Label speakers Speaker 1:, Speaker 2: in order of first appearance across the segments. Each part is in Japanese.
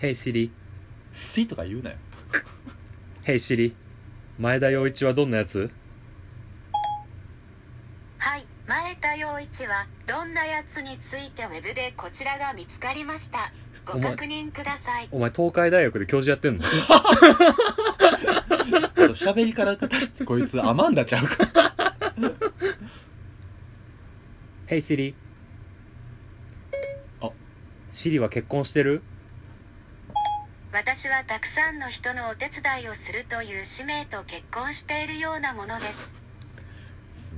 Speaker 1: Hey Siri,
Speaker 2: スイとか言うなよ
Speaker 1: Hey Siri 前田洋一はどんなやつ
Speaker 3: はい前田洋一はどんなやつについてウェブでこちらが見つかりましたご確認ください
Speaker 1: お前東海大学で教授やってんの
Speaker 2: あと喋りから出してこいつアマンダちゃうか
Speaker 1: Hey Siri
Speaker 2: あ
Speaker 1: シリは結婚してる
Speaker 3: 私はたくさんの人のお手伝いをするという使命と結婚しているようなものです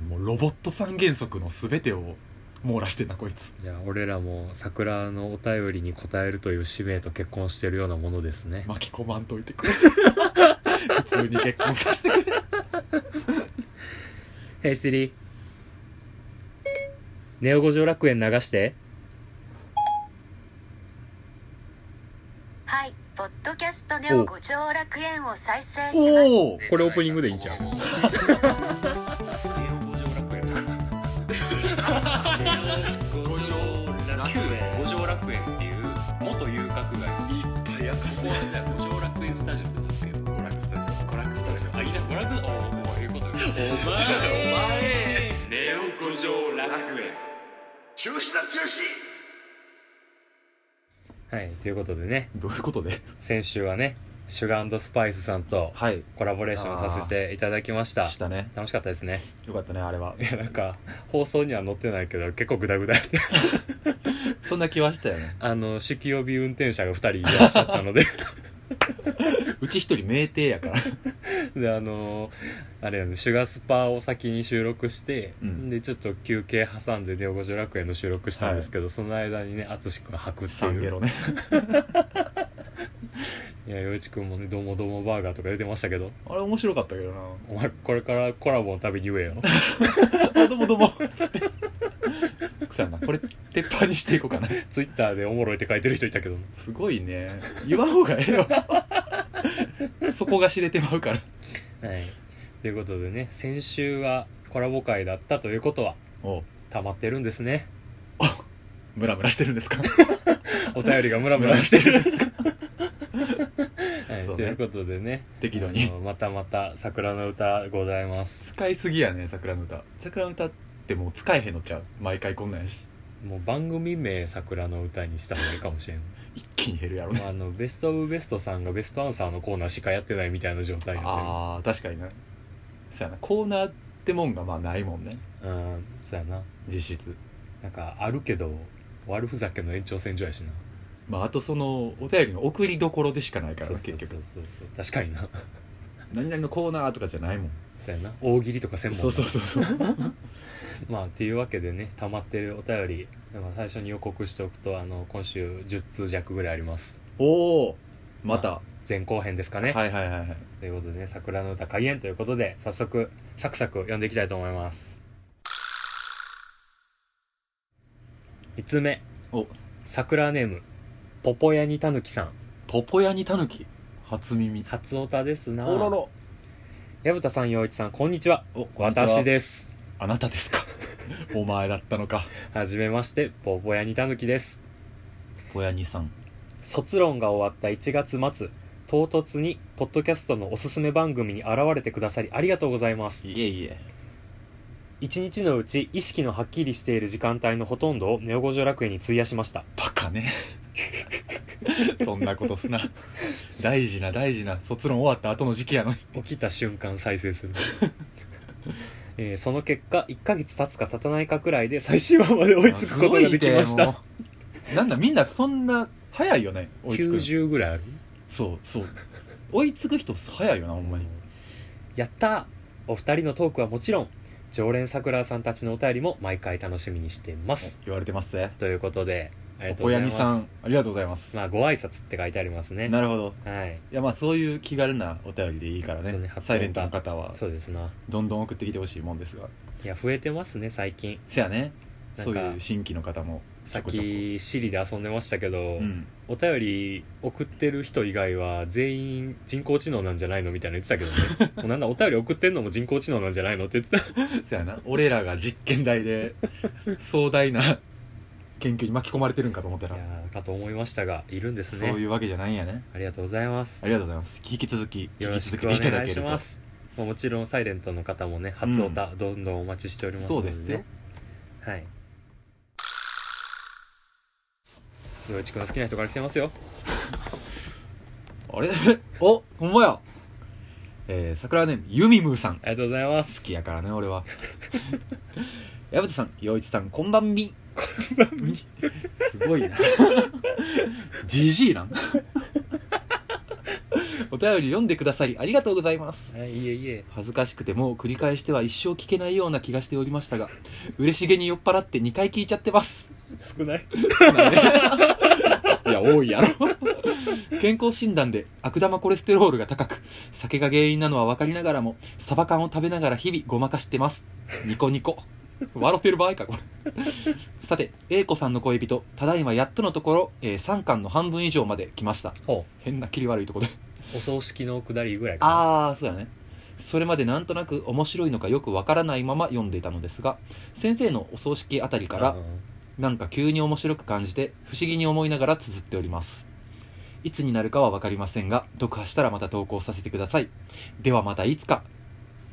Speaker 2: もうロボット三原則の全てを網羅してんなこいつ
Speaker 1: じゃあ俺らも桜のお便りに応えるという使命と結婚してるようなものですね
Speaker 2: 巻き込まんといてくれ普通に結婚させて くれ
Speaker 1: Hey Siri ネオ五条楽園流して
Speaker 3: はいポッドキャストネオ五条楽園を再生します
Speaker 2: おお
Speaker 1: これオープニングでいいんちゃうネオ五条楽園
Speaker 4: 五条楽園五条楽園っていう元遊郭街いっぱいやかすやんだ五条楽園スタジオってなんですけど娯楽スタジオ娯楽スタジオあいいな娯楽おおこういうことよお前お前ネオ五条楽園
Speaker 5: 中止だ中止
Speaker 1: はいということでね
Speaker 2: どういうことで
Speaker 1: 先週はねシュガースパイスさんと
Speaker 2: はい
Speaker 1: コラボレーションさせていただきました
Speaker 2: したね
Speaker 1: 楽しかったですね
Speaker 2: よかったねあれはい
Speaker 1: やなんか放送には載ってないけど結構グダグ ダやって
Speaker 2: そんな気はしたよね
Speaker 1: あの酒気帯び運転者が2人いらっしゃったので
Speaker 2: うち一人名帝やから
Speaker 1: であのあれやねシュガースパーを先に収録して、
Speaker 2: うん
Speaker 1: でちょっと休憩挟んで「ネオ五条楽園」の収録したんですけど、その間にね淳君吐くって
Speaker 2: 三
Speaker 1: い
Speaker 2: ゲ
Speaker 1: う
Speaker 2: ロね
Speaker 1: いや陽一君もね「どうもどうもバーガー」とか言ってましたけど
Speaker 2: あれ面白かったけどな
Speaker 1: お前これからコラボのたびに言えよ
Speaker 2: あどうもどうもつ ってくさなこれ鉄板にしていこうかな
Speaker 1: ツイッターでおもろいって書いてる人いたけど
Speaker 2: すごいね言わん方がええよ そこが知れてまうから
Speaker 1: はい、ということでね先週はコラボ会だったということは
Speaker 2: おう
Speaker 1: 溜まってるんですね
Speaker 2: ムラムラしてるんで すか
Speaker 1: お便りがムラムラしてる、
Speaker 2: ですか
Speaker 1: はい
Speaker 2: そうね
Speaker 1: ということでね
Speaker 2: 適度
Speaker 1: あ
Speaker 2: に
Speaker 1: のまたまた桜の歌ございます
Speaker 2: 使いすぎやね桜の歌桜の歌ってもう使えへんのちゃう毎回こんなんやし
Speaker 1: もう番組名桜の歌にした方がいいかもし れん
Speaker 2: 一気に減るやろ
Speaker 1: もうあのベスト・オブ・ベストさんがベストアンサーのコーナーしかやってないみたいな状態になっ
Speaker 2: あー確かになそうやなコーナーってもんがまあないもんね
Speaker 1: てるうんそうやな
Speaker 2: 実質
Speaker 1: なんかあるけど悪ふざけの延長線上やしな
Speaker 2: まああとそのお便りの送りどころでしかないから
Speaker 1: そう
Speaker 2: な
Speaker 1: そう
Speaker 2: 結
Speaker 1: そう
Speaker 2: 局
Speaker 1: そうそう確かにな
Speaker 2: 何々のコーナーとかじゃないもん
Speaker 1: そうやな大喜利とか専門
Speaker 2: そうそうそうそう
Speaker 1: まあっていうわけでね溜まってるお便りまあ最初に予告しておくとあの今週10通弱ぐらいあります
Speaker 2: おおまた、
Speaker 1: 前後編ですかね、
Speaker 2: はいはいはいはい
Speaker 1: ということでね桜の歌開演ということで早速サクサク読んでいきたいと思います5つ目
Speaker 2: お
Speaker 1: 桜ネームポポヤニタヌキさん
Speaker 2: ポポヤにタヌキ初耳
Speaker 1: 初オタですな
Speaker 2: おろろ
Speaker 1: 矢蓋さん陽一さんこんにちは
Speaker 2: おこんにちは
Speaker 1: 私です
Speaker 2: あなたです かお前だったのか
Speaker 1: はじめましてポポヤニタヌキです
Speaker 2: ポヤニさん
Speaker 1: 卒論が終わった1月末唐突にポッドキャストのおすすめ番組に現れてくださりありがとうございます
Speaker 2: いえいえ
Speaker 1: 一日のうち意識のはっきりしている時間帯のほとんどをネオ五条楽園に費やしました
Speaker 2: バカね そんなことすな大事な大事な卒論終わった後の時期やのに
Speaker 1: 起きた瞬間再生する、 えーその結果1ヶ月経つか経たないかくらいで最終話まで追いつくことができまし
Speaker 2: すごいね
Speaker 1: た
Speaker 2: もうなんだみんなそんな早いよね追いつくの
Speaker 1: 90ぐらいある
Speaker 2: そうそう追いつく人早いよなほんまに
Speaker 1: やったーお二人のトークはもちろん常連桜さんたちのお便りも毎回楽しみにしてます
Speaker 2: 言われてますぜ
Speaker 1: ということでありがとう
Speaker 2: お
Speaker 1: ござ
Speaker 2: や
Speaker 1: いま
Speaker 2: に
Speaker 1: す
Speaker 2: さんありがとうございます
Speaker 1: まあ、ご挨拶って書いてありますね。
Speaker 2: なるほど
Speaker 1: はい。
Speaker 2: いやまあそういう気軽なお便りでいいからね
Speaker 1: そうね初
Speaker 2: サイレントの方は
Speaker 1: そうですな。
Speaker 2: どんどん送ってきてほしいもんですが
Speaker 1: いや、増えてますね、最近。
Speaker 2: せやね
Speaker 1: なん
Speaker 2: そ
Speaker 1: か
Speaker 2: ういう新規の方もち
Speaker 1: さ
Speaker 2: ょ
Speaker 1: っ
Speaker 2: こちょこ
Speaker 1: き、シリで遊んでましたけど、
Speaker 2: うん
Speaker 1: お便り送ってる人以外は全員人工知能なんじゃないのみたいなの言ってたけど ね。もうなんだ、お便り送ってんのも人工知能なんじゃないのって言ってた。
Speaker 2: そやな俺らが実験台で 壮大な研究に巻き込まれてるんかと思った
Speaker 1: い
Speaker 2: ら、
Speaker 1: やーかと思いましたがいるんです
Speaker 2: そう
Speaker 1: ね
Speaker 2: いうわけじゃないんやね
Speaker 1: ありがとうございます
Speaker 2: ありがとうございます引き続き
Speaker 1: よろしくお
Speaker 2: 引き続き
Speaker 1: 願いしますまあもちろんサイレントの方もね初おた、どんどんお待ちしておりますので、ね、
Speaker 2: そうですよ
Speaker 1: はい陽一君好きな人から来てますよ
Speaker 2: あれ おほんまやえー、桜ネームユミムーさん
Speaker 1: ありがとうございま
Speaker 2: 好
Speaker 1: す
Speaker 2: きやからね俺は矢吹さん陽一さんこんばんみこんばんみすごいなじじいなんお便り読んでくださりありがとうございます
Speaker 1: はいいえいえ
Speaker 2: 恥ずかしくてもう繰り返しては一生聞けないような気がしておりましたが嬉しげに酔っ払って2回聞いちゃってます
Speaker 1: 少ない
Speaker 2: いや多いやろ健康診断で悪玉コレステロールが高く酒が原因なのは分かりながらもサバ缶を食べながら日々ごまかしてますニコニコ笑ってる場合かこれさて A 子さんの恋人ただいまやっとのところ、え3巻の半分以上まで来ました
Speaker 1: ほ
Speaker 2: 変な切り悪いとこで
Speaker 1: うお葬式の下りぐらいかな
Speaker 2: ああそうやねそれまでなんとなく面白いのかよくわからないまま読んでいたのですが先生のお葬式あたりからなんか急に面白く感じて不思議に思いながら綴っておりますいつになるかは分かりませんが読破したらまた投稿させてくださいではまたいつか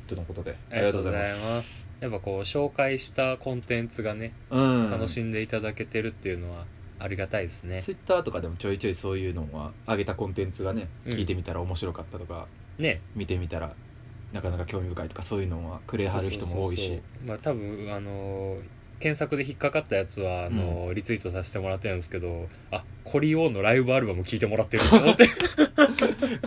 Speaker 2: とのことで
Speaker 1: ありがとうございますやっぱこう紹介したコンテンツがね、
Speaker 2: うん
Speaker 1: 楽しんでいただけてるっていうのはありがたいですね
Speaker 2: ツイッターとかでもちょいちょいそういうのは上げたコンテンツがね、
Speaker 1: うん
Speaker 2: 聞いてみたら面白かったとか
Speaker 1: ね
Speaker 2: 見てみたらなかなか興味深いとかそういうのはくれはる人も多いし
Speaker 1: そうそうそうまあ多分あのー検索で引っかかったやつはあのー、リツイートさせてもらってるんですけどあコリオのライブアルバム聴いてもらってると思って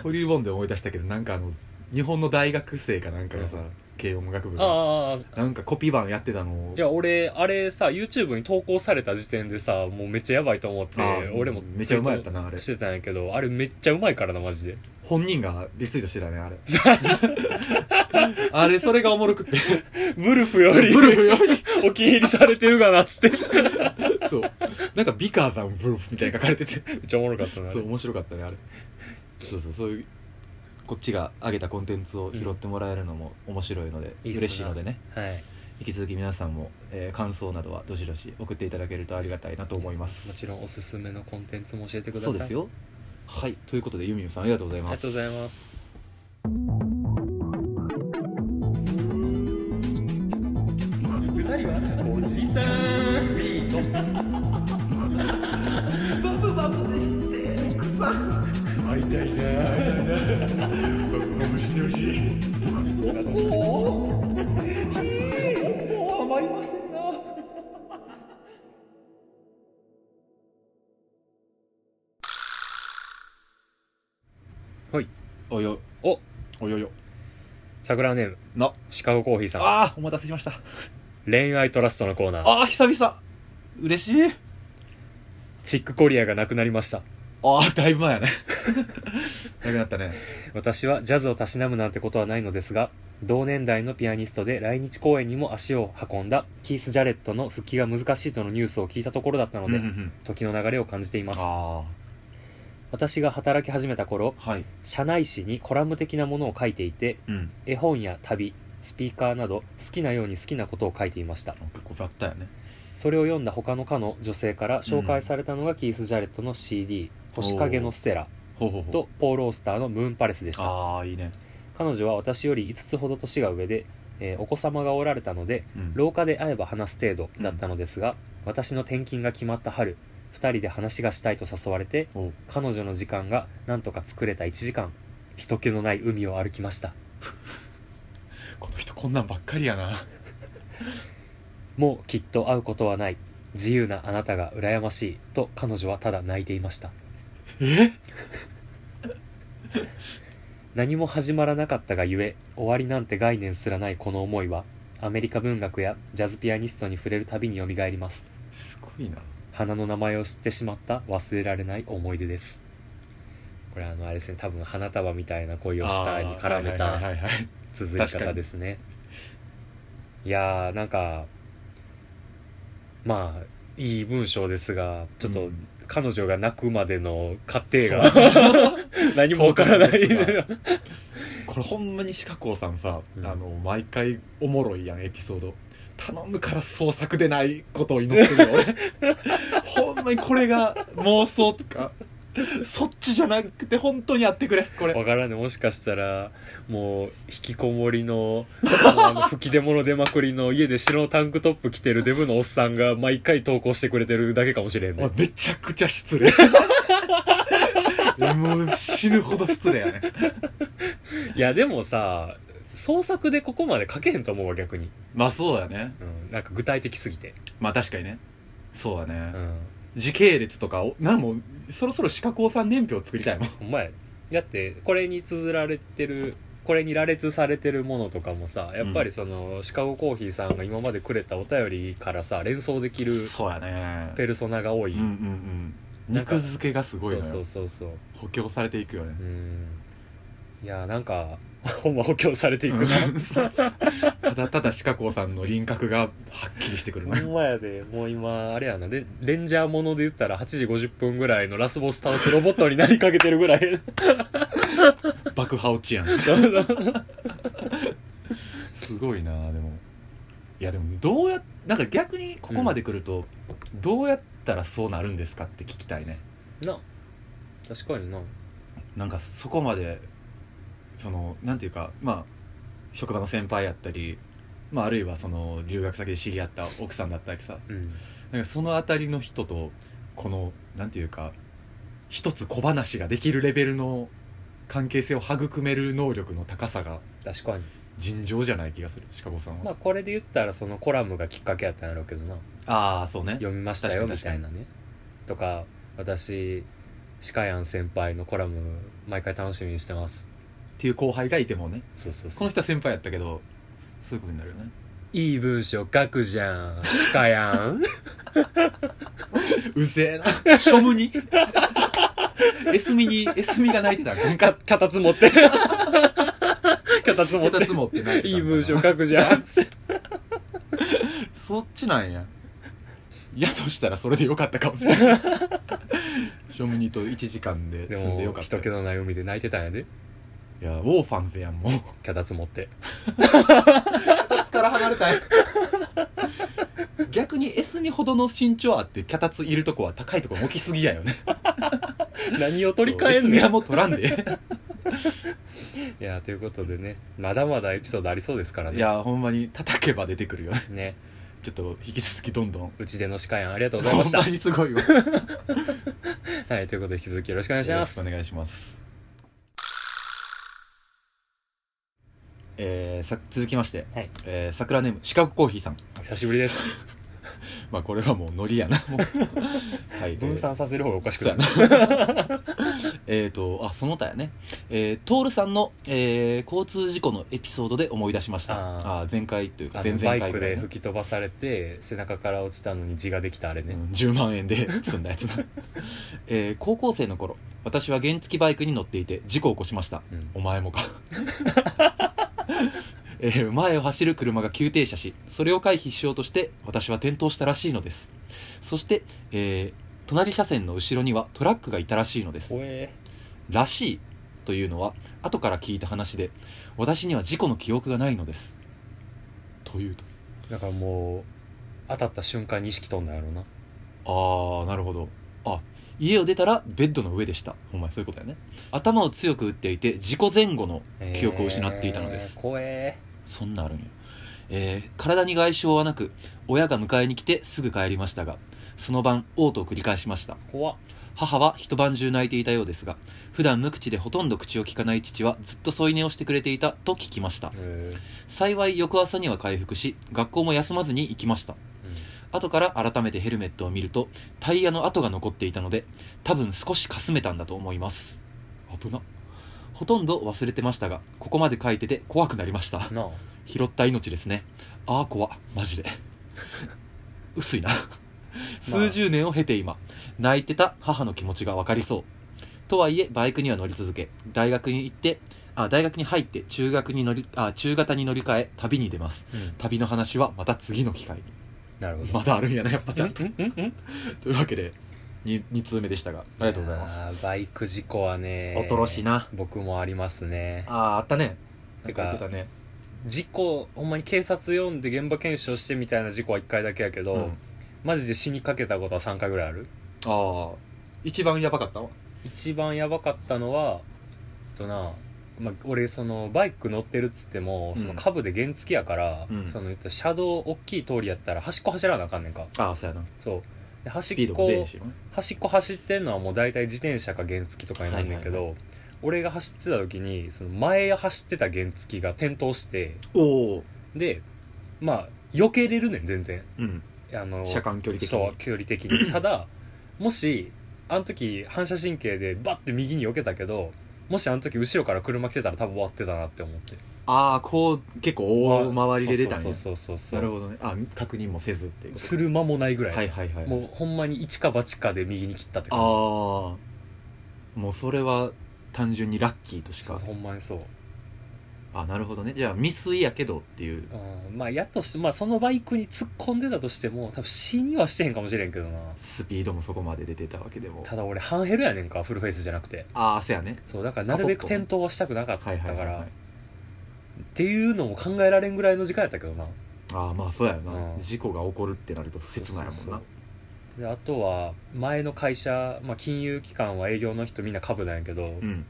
Speaker 2: ホリーボンで思い出したけどなんかあの日本の大学生かなんかがさ、
Speaker 1: うん
Speaker 2: 軽音楽 部
Speaker 1: あ
Speaker 2: が
Speaker 1: あああ
Speaker 2: なんかコピー版やってたのを
Speaker 1: いや俺あれさ YouTube に投稿された時点でさもうめっちゃやばいと思って
Speaker 2: あー
Speaker 1: 俺も
Speaker 2: めちゃうまいやったなあれ
Speaker 1: してたんやけどあれめっちゃうまいからなマジで
Speaker 2: 本人がリツイートしてたね あれあれそれがおもろくって
Speaker 1: ブルフよ
Speaker 2: ブ
Speaker 1: り
Speaker 2: ルフより
Speaker 1: お気に入りされてるかなっつ って
Speaker 2: そうなんかビカーさんブルフみたいに書かれてて
Speaker 1: めっちゃおもろかったなあ
Speaker 2: そ
Speaker 1: れ
Speaker 2: う面白かったねあれそうそうそういうこっちが上げたコンテンツを拾ってもらえるのも面白いので、
Speaker 1: いいっすな
Speaker 2: 嬉しいのでね
Speaker 1: はい
Speaker 2: 引き続き皆さんも、えー感想などはどしどし送っていただけるとありがたいなと思います
Speaker 1: もちろんおすすめのコンテンツも教えてください
Speaker 2: そうですよはいということでユミユさんありがとうござい
Speaker 1: あり
Speaker 2: ま
Speaker 1: がと
Speaker 2: す
Speaker 1: うございます
Speaker 4: おじさん
Speaker 1: はい
Speaker 2: およ
Speaker 1: お
Speaker 2: およよ
Speaker 1: 桜ネーム
Speaker 2: な
Speaker 1: シカゴコーヒーさん
Speaker 2: あーお待たせしました
Speaker 1: 恋愛トラストのコーナー
Speaker 2: あー久々嬉しい
Speaker 1: チックコリアがなくなりました
Speaker 2: ああだいぶ前やねなくなったね
Speaker 1: 私はジャズをたしなむなんてことはないのですが同年代のピアニストで来日公演にも足を運んだキース・ジャレットの復帰が難しいとのニュースを聞いたところだったので、時の流れを感じています
Speaker 2: あ
Speaker 1: 私が働き始めた頃
Speaker 2: あはい
Speaker 1: 社内誌にコラム的なものを書いていて
Speaker 2: うん
Speaker 1: 絵本や旅スピーカーなど好きなように好きなことを書いていました
Speaker 2: 結構雑多やね
Speaker 1: それを読んだ他の課の女性から紹介されたのがキース・ジャレットの CD「星影のステラ
Speaker 2: ほうほうほ」う
Speaker 1: とポール・オースターの「ムーン・パレス」でした
Speaker 2: ああいいね
Speaker 1: 彼女は私より5つほど年が上で、えーお子様がおられたので
Speaker 2: うん
Speaker 1: 廊下で会えば話す程度だったのですが、私の転勤が決まった春2人で話がしたいと誘われて
Speaker 2: お
Speaker 1: 彼女の時間がなんとか作れた1時間人気のない海を歩きました
Speaker 2: この人こんなんばっかりやな
Speaker 1: もうきっと会うことはない自由なあなたが羨ましいと彼女はただ泣いていました
Speaker 2: え
Speaker 1: 何も始まらなかったがゆえ終わりなんて概念すらないこの思いはアメリカ文学やジャズピアニストに触れるたびによみがえります
Speaker 2: すごいな
Speaker 1: 花の名前を知ってしまった忘れられない思い出ですこれあのあれですね多分花束みたいな恋をしたに絡め
Speaker 2: あーはい
Speaker 1: た
Speaker 2: はいはいはい
Speaker 1: 綴り方ですねいやーなんかまあいい文章ですがちょっ
Speaker 2: う
Speaker 1: と
Speaker 2: ん
Speaker 1: 彼女が泣くまでの過程が 何もわからない
Speaker 2: 唐突ですがこれほんまにシカコウさんさ、
Speaker 1: うん
Speaker 2: あの毎回おもろいやんエピソード頼むから創作でないことを祈ってるよ俺 ほんまにこれが妄想とかそっちじゃなくて本当にやってくれこ れ
Speaker 1: わからんねもしかしたらもう引きこもりのもうあの吹き出物出まくりの家で白のタンクトップ着てるデブのおっさんが毎回投稿してくれてるだけかもしれん
Speaker 2: おい
Speaker 1: ね
Speaker 2: めちゃくちゃ失 礼もう死ぬほど失礼やね
Speaker 1: いやでもさ創作でここまで書けへんと思うわ逆に、
Speaker 2: まあそうだね
Speaker 1: うん、なんか具体的すぎて
Speaker 2: まあ確かにねそうだね、
Speaker 1: うん
Speaker 2: 時系列とかをなんもうそろそろ鹿高さん年表作りたいもん
Speaker 1: お前だってこれに綴られてるこれに羅列されてるものとかもさやっぱりその、シカゴコーヒーさんが今までくれたお便りからさ連想できる
Speaker 2: そうやね
Speaker 1: ペルソナが多い、
Speaker 2: うんうんうん
Speaker 1: なんか
Speaker 2: 肉付けがすごい
Speaker 1: そ
Speaker 2: の
Speaker 1: う
Speaker 2: よ
Speaker 1: そうそうそう
Speaker 2: 補強されていくよね
Speaker 1: うんいやなんか ほんま補強されていくな、
Speaker 2: ただただ鹿高さんの輪郭がはっきりしてくるな
Speaker 1: ほんまやでもう今あれやなレレンジャーもので言ったら8時50分ぐらいのラスボス倒すロボットになりかけてるぐらい
Speaker 2: 爆破落ちやんすごいなでもいやでもどうやなんか逆にここまで来ると、どうやったらそうなるんですかって聞きたいね
Speaker 1: な確かにな
Speaker 2: なんかそこまでそのなんていうかまあ職場の先輩やったり、まあ、あるいはその留学先で知り合った奥さんだったりさ
Speaker 1: うん
Speaker 2: なんかその辺りの人とこのなんていうか一つ小話ができるレベルの関係性を育める能力の高さが
Speaker 1: 確かに
Speaker 2: 尋常じゃない気がするシカゴさんは、
Speaker 1: まあこれで言ったらそのコラムがきっかけやったんやろうけどな
Speaker 2: ああそうね
Speaker 1: 読みましたよみ
Speaker 2: 確か
Speaker 1: た
Speaker 2: に
Speaker 1: いなねとか私シカヤン先輩のコラム毎回楽しみにしてます
Speaker 2: っていう後輩がいてもね
Speaker 1: そうそう
Speaker 2: そ
Speaker 1: そう
Speaker 2: の人は先輩やったけどそういうことになるよね
Speaker 1: いい文章書くじゃんシカヤ ン
Speaker 2: うぜえな庶務に エスミにエスミが泣いてたんか
Speaker 1: か肩つもって 肩つもって
Speaker 2: 二つ持って泣いてたんかない
Speaker 1: い文章書くじゃん
Speaker 2: そっちなんや。いやとしたらそれでよかったかもしれない。ショムニと1時間で
Speaker 1: で
Speaker 2: 住んでよ
Speaker 1: も
Speaker 2: かっ
Speaker 1: 人
Speaker 2: た。
Speaker 1: 気のない海で泣いてたんやで
Speaker 2: いや、ウォーファンズやん、もう。
Speaker 1: 肩つも って
Speaker 2: 脚から離れたい。逆にエスミほどの身長あって、脚立いるとこは高いとこ向きすぎやよね。
Speaker 1: 何を取り返すね
Speaker 2: そうエスミは
Speaker 1: ん
Speaker 2: もう取らんで。
Speaker 1: いやということでねまだまだエピソードありそうですから
Speaker 2: い
Speaker 1: ね
Speaker 2: や、ほんまに叩けば出てくるよね。
Speaker 1: ね
Speaker 2: ちょっと引き続きどんどん。
Speaker 1: うちでのシカヤンありがとうござい
Speaker 2: ほ
Speaker 1: ま
Speaker 2: ん
Speaker 1: した
Speaker 2: まにすごいわ。
Speaker 1: はいということで引き続きよろしくお願いし
Speaker 2: よろ
Speaker 1: ま
Speaker 2: し
Speaker 1: す
Speaker 2: くお願いします。えー、さ続きまして、
Speaker 1: はい
Speaker 2: えー桜ネームシカゴコーヒーさん、
Speaker 1: お久しぶりです
Speaker 2: まあ、これはもうノ リやなもうはい
Speaker 1: 分散させる方がお
Speaker 2: え
Speaker 1: か
Speaker 2: ー
Speaker 1: し
Speaker 2: そ
Speaker 1: く
Speaker 2: う
Speaker 1: な
Speaker 2: や
Speaker 1: い
Speaker 2: な えっとあその他やね、えー、トールさんの、えー交通事故のエピソードで思い出しました
Speaker 1: あー
Speaker 2: あー前回というか
Speaker 1: あ
Speaker 2: 前
Speaker 1: の
Speaker 2: 々
Speaker 1: バ
Speaker 2: 回
Speaker 1: イク
Speaker 2: ぐらい
Speaker 1: で
Speaker 2: ね
Speaker 1: 吹き飛ばされて背中から落ちたのに血ができたあれね、
Speaker 2: うん10万円で済んだや つだ、えー高校生の頃私は原付バイクに乗っていて事故を起こしました
Speaker 1: うん
Speaker 2: お前もか、 えー前を走る車が急停車しそれを回避しようとして私は転倒したらしいのですそして、えー隣車線の後ろにはトラックがいたらしいのです
Speaker 1: 怖え
Speaker 2: らしいというのは後から聞いた話で私には事故の記憶がないのですというと
Speaker 1: だからもう当たった瞬間に意識飛んだんやろうな
Speaker 2: ああなるほどあ家を出たらベッドの上でしたお前そういうことやね頭を強く打っていて事故前後の記憶を失っていたのです
Speaker 1: えー怖え
Speaker 2: そんなんあるんや、えー体に外傷はなく親が迎えに来てすぐ帰りましたがその晩嘔吐を繰り返しました
Speaker 1: 怖っ
Speaker 2: 母は一晩中泣いていたようですが普段無口でほとんど口をきかない父はずっと添い寝をしてくれていたと聞きました
Speaker 1: え
Speaker 2: 幸い翌朝には回復し学校も休まずに行きました後から改めてヘルメットを見るとタイヤの跡が残っていたので多分少しかすめたんだと思います危なほとんど忘れてましたがここまで書いてて怖くなりました
Speaker 1: うん、なあ
Speaker 2: 拾った命ですねああ怖っマジで 薄い な数十年を経て今泣いてた母の気持ちが分かりそうとはいえバイクには乗り続け大学に行ってあ大学に入って中学に乗りあ中型に乗り換え旅に出ます
Speaker 1: うん
Speaker 2: 旅の話はまた次の機会に
Speaker 1: なるほど
Speaker 2: まだあるんやなやっぱちゃんと
Speaker 1: うんうんうん
Speaker 2: というわけで 2, 2通目でしたがありがとうございます
Speaker 1: すバイク事故はね
Speaker 2: 恐ろしいな
Speaker 1: 僕もありますね
Speaker 2: あああったね
Speaker 1: てか
Speaker 2: なん言ってたね
Speaker 1: 事故ほんまに警察呼んで現場検証してみたいな事故は1回だけやけど、
Speaker 2: うん
Speaker 1: マジで死にかけたことは3回ぐらいある
Speaker 2: ああ一番やばかったわ
Speaker 1: 一番やばかったのはえっとな、まあ、俺そのバイク乗ってるっつっても
Speaker 2: うん
Speaker 1: その株で原付やから、
Speaker 2: うん
Speaker 1: その言ったら車道大きい通りやったら端っこ走らなあかんねんか
Speaker 2: ああそうやな
Speaker 1: そうで端
Speaker 2: ス
Speaker 1: っ
Speaker 2: ピードも出
Speaker 1: こ
Speaker 2: るしな
Speaker 1: 端っこ走ってんのはもう大体自転車か原付とかになんねんけど、
Speaker 2: はい
Speaker 1: 俺が走ってた時にその前走ってた原付が転倒して
Speaker 2: おお
Speaker 1: でまあ避けれるねん全然
Speaker 2: うん
Speaker 1: あの
Speaker 2: 車間距離的に
Speaker 1: そう距離的に ただもしあの時反射神経でバッて右に避けたけどもしあの時後ろから車来てたら多分終わってたなって思って
Speaker 2: ああこう結構大回りで出たんや
Speaker 1: そうそうそうそう
Speaker 2: なる
Speaker 1: ど
Speaker 2: ほどねあ確認もせずっていうこと
Speaker 1: する間もないぐらい、
Speaker 2: はいはいはい
Speaker 1: もうほんまに一か八かで右に切ったって
Speaker 2: ああ
Speaker 1: 感
Speaker 2: もうそれは単純にラッキーと
Speaker 1: じ
Speaker 2: し
Speaker 1: そう
Speaker 2: か
Speaker 1: ほんまにそう、
Speaker 2: あなるほどねじゃあ未遂やけどっていう
Speaker 1: うん、まあやっとして、まあ、そのバイクに突っ込んでたとしても多分死にはしてへんかもしれんけどな
Speaker 2: スピードもそこまで出てたわけでも
Speaker 1: ただ俺半ヘルやねんかフルフェイスじゃなくて
Speaker 2: ああそうやね
Speaker 1: そうだからなるべく転倒はしたくなかった
Speaker 2: は
Speaker 1: か
Speaker 2: い
Speaker 1: ら、
Speaker 2: はいはい、はい、
Speaker 1: っていうのも考えられんぐらいの時間やったけどな
Speaker 2: ああまあそうやよな、
Speaker 1: うん
Speaker 2: 事故が起こるってなると切ないもんな
Speaker 1: そうそうそうであとは前の会社、まあ、金融機関は営業の人みんな株なんやけど
Speaker 2: う、ん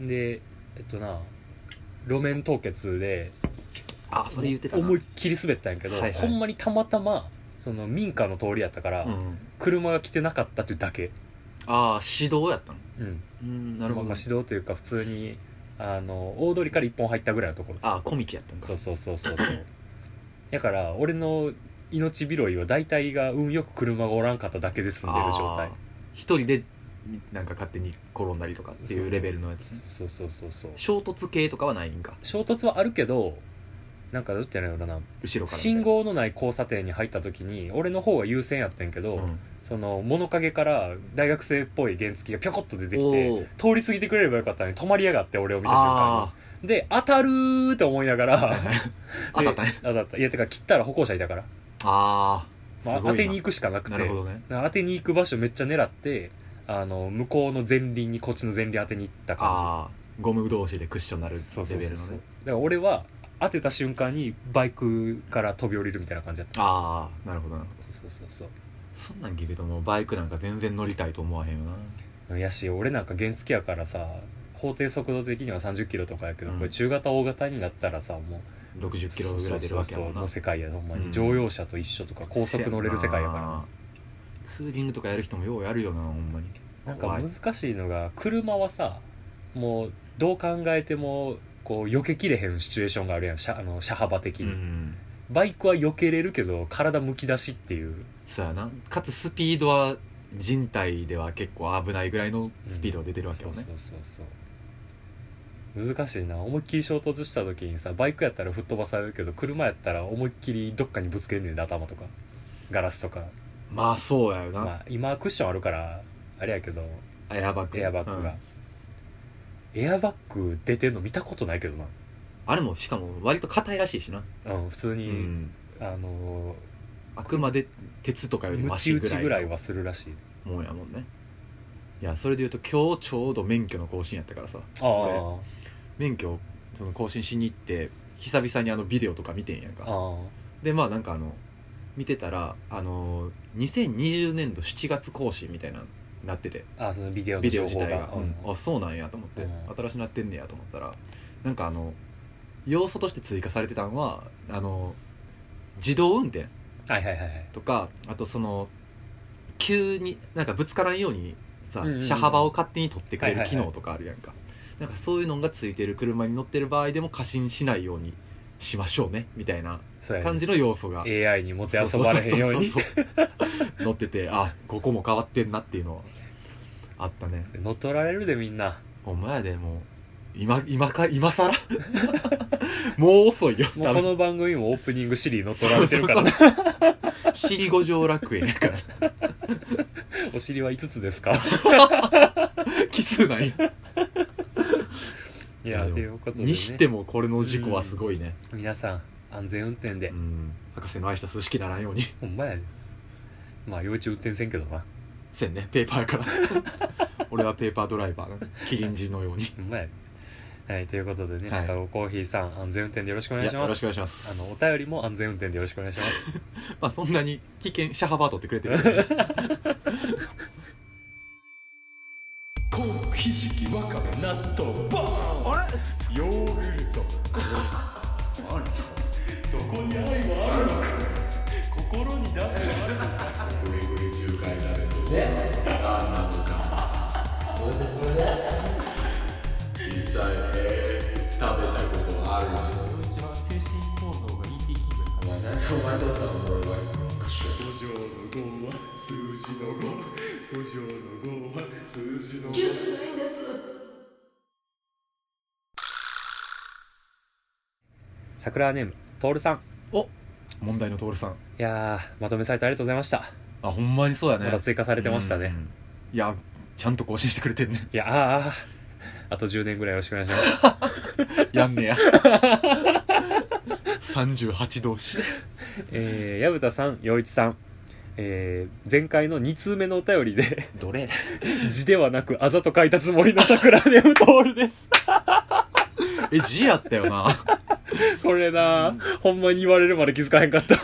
Speaker 1: でえっとな路面凍結で
Speaker 2: ああそれ言ってたな
Speaker 1: 思いっきり滑ったんやけど、
Speaker 2: はいはい
Speaker 1: ほんまにたまたまその民家の通りやったから、
Speaker 2: うん、
Speaker 1: 車が来てなかったっていうだけ、
Speaker 2: ああ指導やったの
Speaker 1: うん、
Speaker 2: うんなるほど、
Speaker 1: まあまあ指導というか普通にあの大通りから一本入ったぐらいのところ
Speaker 2: ああコミケやったんか
Speaker 1: そうそうそうそうそうだから俺の命拾いは大体が運よく車がおらんかっただけで済んでる状態
Speaker 2: あー一人でなんか勝手に転んだりとかっていうレベルのやつ
Speaker 1: そうそうそうそう
Speaker 2: 衝突系とかはないんか
Speaker 1: 衝突はあるけどなんかどうやってないのかな
Speaker 2: 後ろからみたいな
Speaker 1: 信号のない交差点に入った時に俺の方が優先やってんけど、
Speaker 2: うん
Speaker 1: その物陰から大学生っぽい原付がピョコッと出てき
Speaker 2: お
Speaker 1: て
Speaker 2: ー
Speaker 1: 通り過ぎてくれればよかったのに止まりやがって俺を見た瞬間
Speaker 2: あー
Speaker 1: にで当たるーと思いながら
Speaker 2: 当たったね
Speaker 1: で当たったいやてか切ったら歩行者いたから、
Speaker 2: ああ、
Speaker 1: まあ、
Speaker 2: す
Speaker 1: 当
Speaker 2: ごいな
Speaker 1: てに行くしかなくて
Speaker 2: なるほどね
Speaker 1: 当てに行く場所めっちゃ狙ってあの向こうの前輪にこっちの前輪当てに行った感じ
Speaker 2: ああゴム同士でクッションになる
Speaker 1: そうそ
Speaker 2: レ
Speaker 1: うそう
Speaker 2: ベルの
Speaker 1: そうだ
Speaker 2: ね
Speaker 1: から俺は当てた瞬間にバイクから飛び降りるみたいな感じだった
Speaker 2: ああなるほどなるほど
Speaker 1: そうそうそう
Speaker 2: そんなん聞くともうバイクなんか全然乗りたいと思わへんよな
Speaker 1: そうやし俺なんか原付やからさ法定速度的には30キロとかやけど、
Speaker 2: うん
Speaker 1: これ中型大型になったらさもう
Speaker 2: 60キロぐらい出るわけやも
Speaker 1: そうんそうそう
Speaker 2: な
Speaker 1: の世界やほんまに、
Speaker 2: うん
Speaker 1: 乗用車と一緒とか高速乗れる世界やから
Speaker 2: ツーリングとかやる人もようやるよなほんまに
Speaker 1: らなんか難しいのが車はさもうどう考えてもこう避けきれへんシチュエーションがあるやん車あの車幅的
Speaker 2: う
Speaker 1: に、
Speaker 2: ん
Speaker 1: バイクは避けれるけど体むき出しっていう
Speaker 2: そうやなかつスピードは人体では結構危ないぐらいのスピードが出てるわけよね、
Speaker 1: そうそうそうそう難しいな思いっきり衝突した時にさバイクやったら吹っ飛ばされるけど車やったら思いっきりどっかにぶつけんねんで頭とかガラスとか
Speaker 2: まあそうやよな、
Speaker 1: まあ、今クッションあるからあれやけど
Speaker 2: エアバッグ
Speaker 1: エアバッグ
Speaker 2: う
Speaker 1: が
Speaker 2: ん、
Speaker 1: エアバッグ出てんの見たことないけど
Speaker 2: あれもしかも割と硬いらしいしな、
Speaker 1: な、うん、普通
Speaker 2: う
Speaker 1: に、
Speaker 2: ん、
Speaker 1: あの
Speaker 2: あくまで鉄とかより
Speaker 1: ム
Speaker 2: マ
Speaker 1: チ
Speaker 2: シ
Speaker 1: 打
Speaker 2: ぐ
Speaker 1: ち
Speaker 2: らい
Speaker 1: ぐらいはするらしい
Speaker 2: もんやもんねいやそれでいうと今日ちょうど免許の更新やったからさ
Speaker 1: あ
Speaker 2: 俺
Speaker 1: あ
Speaker 2: 免許その更新しに行って久々にあのビデオとか見てんやん
Speaker 1: あ
Speaker 2: か
Speaker 1: あ
Speaker 2: でまあなんかあの見てたらあの2020年度7月更新みたいなのなってて
Speaker 1: ああそのビデオの
Speaker 2: ビデオ
Speaker 1: 情
Speaker 2: 自
Speaker 1: 報
Speaker 2: 体
Speaker 1: が
Speaker 2: が、うんあそうなんやと思って、
Speaker 1: うん
Speaker 2: 新しくなってんねやと思ったらなんかあの要素として追加されてたんはあの自動運転
Speaker 1: はいはいはいはい
Speaker 2: とかあとその急になんかぶつからんようにさ、
Speaker 1: うんうんうん
Speaker 2: 車幅を勝手に取ってくれ
Speaker 1: はい
Speaker 2: る
Speaker 1: はい
Speaker 2: 機
Speaker 1: はい
Speaker 2: 能とかあるやんか、なんかそういうのがついてる車に乗ってる場合でも過信しないようにしましょうねみたいな
Speaker 1: そうやね
Speaker 2: 感じの要素が、
Speaker 1: AI にもて遊ばれへんように
Speaker 2: そそそうそう乗っててあここも変わってんなっていうのはあったね
Speaker 1: 乗っ取られるでみんな
Speaker 2: お前やでもう今今か今更 もう遅いよ
Speaker 1: もうこの番組もオープニングシリー乗っ取られてるからな
Speaker 2: そうそうそう尻五条楽園やから
Speaker 1: お尻は5つですか
Speaker 2: 奇数なんや
Speaker 1: いや
Speaker 2: でも
Speaker 1: ということで、ね、
Speaker 2: にしてもこれの事故はすごいね、
Speaker 1: 皆さん安全運転で、
Speaker 2: うん博士の愛した数式ならんように
Speaker 1: ほんまやでまあ幼稚運転せんけどな
Speaker 2: せん ねペーパーから俺はペーパードライバーなキリンジのように
Speaker 1: ほんまやではい、ということでね、
Speaker 2: はい
Speaker 1: シカゴコーヒーさん安全運転でよろしくお願いし
Speaker 2: やよ
Speaker 1: ま
Speaker 2: ろし
Speaker 1: す
Speaker 2: くお願いします
Speaker 1: あのお便りも安全運転でよろしくお願いします
Speaker 2: まあそんなに危険車幅取ってくれてるからね
Speaker 6: コーンひじきわかめ納豆バーンあれヨーグルトあらそこに愛はあるのか心にだけはあるのかグリグリ10回食べてねあんなのかこれでこれで実際食べたことあるの一番精神構造が ET 気分かな五条の五は数字の五五条の五は数字の五
Speaker 1: 桜ネームトールさん
Speaker 2: 問題の徹さん
Speaker 1: いやーまとめサイトありがとうございました、
Speaker 2: あほんまにそうやね
Speaker 1: また追加されてましたね、
Speaker 2: うんいやちゃんと更新してくれてんね
Speaker 1: いやあーあーあと10年ぐらいよろしくお願いします
Speaker 2: やんねや38同士
Speaker 1: えー、矢蓋さん陽一さんえー、前回の2通目のお便りで
Speaker 2: どれ
Speaker 1: 字ではなくあざと書いたつもりの桜ネームトールです
Speaker 2: え G やったよな
Speaker 1: これな、ほんまに言われるまで気づかへんかった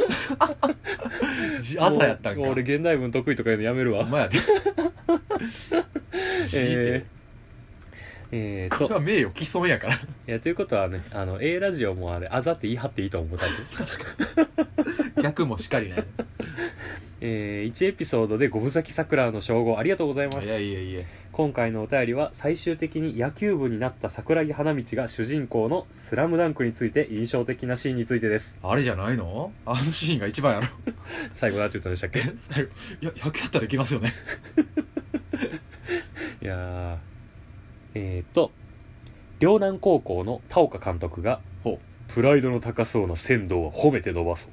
Speaker 2: G 朝やったんか
Speaker 1: もう俺現代文得意とか言うのやめる
Speaker 2: ほ
Speaker 1: わ
Speaker 2: んまやで G って、
Speaker 1: えー、えー、
Speaker 2: ことれは名誉毀損やから
Speaker 1: いやということはねあの A ラジオもあれあざって言い張っていいと思う多分
Speaker 2: 逆もしかりね
Speaker 1: えー、1エピソードで五分咲き桜の称号ありがとうございます
Speaker 2: いやいやいや
Speaker 1: 今回のお便りは最終的に野球部になった桜木花道が主人公の「スラムダンクについて印象的なシーンについて です
Speaker 2: あれじゃないのあのシーンが一番やろ
Speaker 1: 最後だって言ったんでしたっ け
Speaker 2: 最後いや100やったらいきますよね
Speaker 1: いやーえー、と陵南高校の田岡監督が
Speaker 2: ほ
Speaker 1: プライドの高そうな仙道は褒めて伸ばそ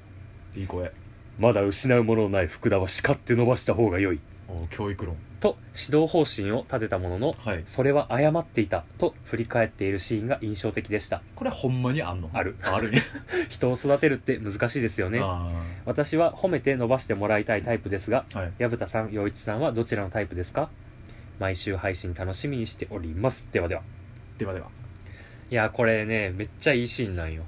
Speaker 1: う
Speaker 2: いい声
Speaker 1: まだ失うもののない福田は叱って伸ばした方が良い
Speaker 2: お教育論
Speaker 1: と指導方針を立てたものの
Speaker 2: はい
Speaker 1: それは誤っていたと振り返っているシーンが印象的でした
Speaker 2: これはほんまにあんの
Speaker 1: ある
Speaker 2: あるね
Speaker 1: 人を育てるって難しいですよね
Speaker 2: あ
Speaker 1: 私は褒めて伸ばしてもらいたいタイプですが
Speaker 2: ーはい
Speaker 1: 矢蓋さん陽一さんはどちらのタイプですか毎週配信楽しみにしておりますではでは
Speaker 2: ではではい
Speaker 1: やこれねめっちゃいいシーンなんよ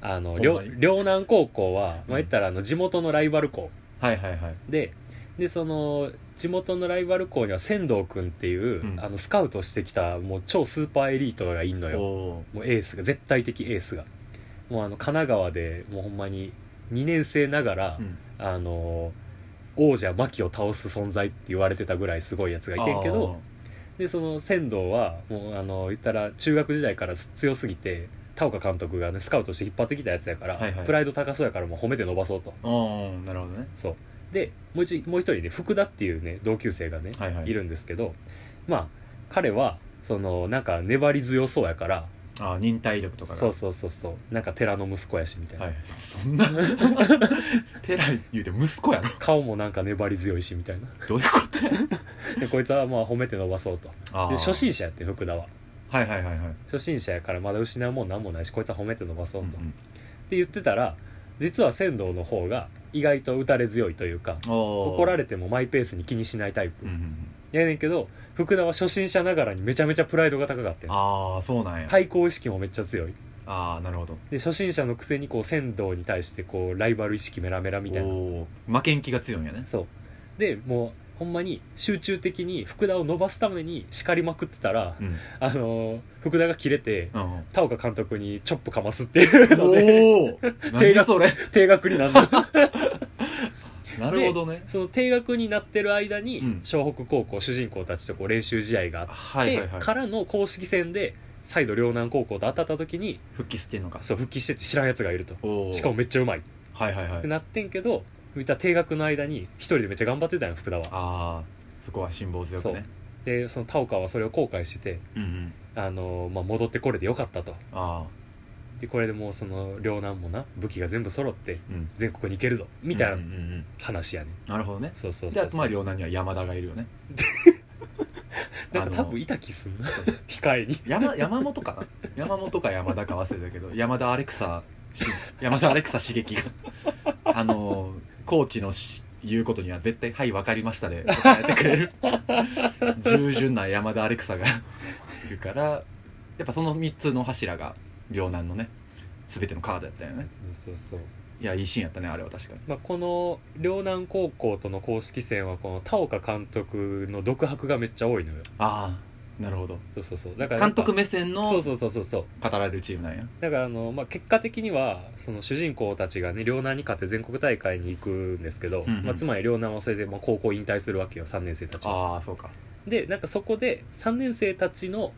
Speaker 1: あの
Speaker 2: ほんまに
Speaker 1: 両陵南高校は、まあ、言ったらあの地元のライバル校
Speaker 2: はいはいはい
Speaker 1: ででその地元のライバル校には仙道君っていう、
Speaker 2: うん
Speaker 1: あのスカウトしてきたもう超スーパーエリートがいんのよ
Speaker 2: お
Speaker 1: もうエースが絶対的エースがもうあの神奈川でもうほんまに2年生ながら、
Speaker 2: うん
Speaker 1: あの王者牧を倒す存在って言われてたぐらいすごいやつがいてんけどでその仙道はもうあの言ったら中学時代から強すぎて田岡監督がねスカウトして引っ張ってきたやつやから、
Speaker 2: はいはい
Speaker 1: プライド高そうやからもう褒めて伸ばそうと
Speaker 2: あーうんなるほどね
Speaker 1: そうでもう一もう一人ね福田っていうね同級生がね、
Speaker 2: はいはい
Speaker 1: いるんですけどまあ彼はそのなんか粘り強そうやから
Speaker 2: あー忍耐力とかが
Speaker 1: そうそうそうそうなんか寺の息子やしみたいな、
Speaker 2: はいそんな寺言うて息子やろ
Speaker 1: 顔もなんか粘り強いしみたいな
Speaker 2: どういうことや
Speaker 1: でこいつはまあ褒めて伸ばそうと
Speaker 2: あー
Speaker 1: で初心者やって福田は
Speaker 2: はいはいはいはい
Speaker 1: 初心者やからまだ失うもんなんもないしこいつは褒めて伸ばそう
Speaker 2: う
Speaker 1: と、
Speaker 2: んう
Speaker 1: って
Speaker 2: ん
Speaker 1: 言ってたら実は仙道の方が意外と打たれ強いというか怒
Speaker 2: 怒
Speaker 1: られ
Speaker 2: て
Speaker 1: てもマイペースに気にしないタイプ、
Speaker 2: うんうんうん
Speaker 1: やねんけど福田は初心者ながらにめちゃめちゃプライドが高かったよ
Speaker 2: ああそうなんや
Speaker 1: 対抗意識もめっちゃ強い
Speaker 2: ああなるほど
Speaker 1: で初心者のくせにこう仙道に対してこうライバル意識メラメラみたいな
Speaker 2: おー負けん気が強いんやね
Speaker 1: そうでもうほんまに集中的に福田を伸ばすために叱りまくってたら、
Speaker 2: うん
Speaker 1: あのー福田が切れて
Speaker 2: うんうん
Speaker 1: 田岡監督にチョップかますっていうので
Speaker 2: おお何
Speaker 1: が
Speaker 2: それ
Speaker 1: 定額になるの
Speaker 2: なるほどね
Speaker 1: その定額になってる間に
Speaker 2: うん
Speaker 1: 湘、北高校主人公たちとこう練習試合があって、
Speaker 2: はいはいはい
Speaker 1: からの公式戦で再度陵南高校と当たった時に
Speaker 2: 復帰してんのか
Speaker 1: そう復帰してて知らんやつがいると
Speaker 2: おー
Speaker 1: しかもめっちゃうまいっ
Speaker 2: はいはいは
Speaker 1: て
Speaker 2: い
Speaker 1: なってんけど言ったら定額の間に一人でめっちゃ頑張ってたんよ福田は
Speaker 2: ああそこは辛抱強くね
Speaker 1: でその田岡はそれを後悔してて
Speaker 2: うんうん
Speaker 1: あのまあ、戻ってこれでよかったと
Speaker 2: ああ
Speaker 1: でこれでもうその両南もな武器が全部揃って
Speaker 2: うん
Speaker 1: 全国に行けるぞみたい
Speaker 2: うんう
Speaker 1: なん
Speaker 2: うん
Speaker 1: 話やね、
Speaker 2: なるほどね
Speaker 1: そうそう
Speaker 2: で
Speaker 1: そ
Speaker 2: あ
Speaker 1: う
Speaker 2: とまあ両南には山田がいる よね
Speaker 1: なんか多
Speaker 2: あの
Speaker 1: 分いた気す んな控えに
Speaker 2: 山山本かな山本か山田か忘れたけど山田アレクサし山田アレクサ刺激があのコーチのし言うことには絶対「はい分かりました」で答えてくれる従順な山田アレクサがいるからやっぱその3つの柱が病難のね全てのカードやったよね
Speaker 1: そうそう
Speaker 2: いやいいシーンやったねあれは確かに
Speaker 1: まあ、この陵南高校との公式戦はこの田岡監督の独白がめっちゃ多いのよ
Speaker 2: ああなるほど
Speaker 1: そうそうそうだから
Speaker 2: 監督
Speaker 1: 目
Speaker 2: 目線の
Speaker 1: そう
Speaker 2: 語
Speaker 1: そうそうそうそう
Speaker 2: られるチームなんや
Speaker 1: だからあの、まあ、結果的にはその主人公たちがね陵南に勝って全国大会に行くんですけど、
Speaker 2: うんうん
Speaker 1: まあ、つまり陵南はそれでまあ高校引退するわけよ3年生たちは
Speaker 2: ああそうか
Speaker 1: でなんかそこで3年生たちの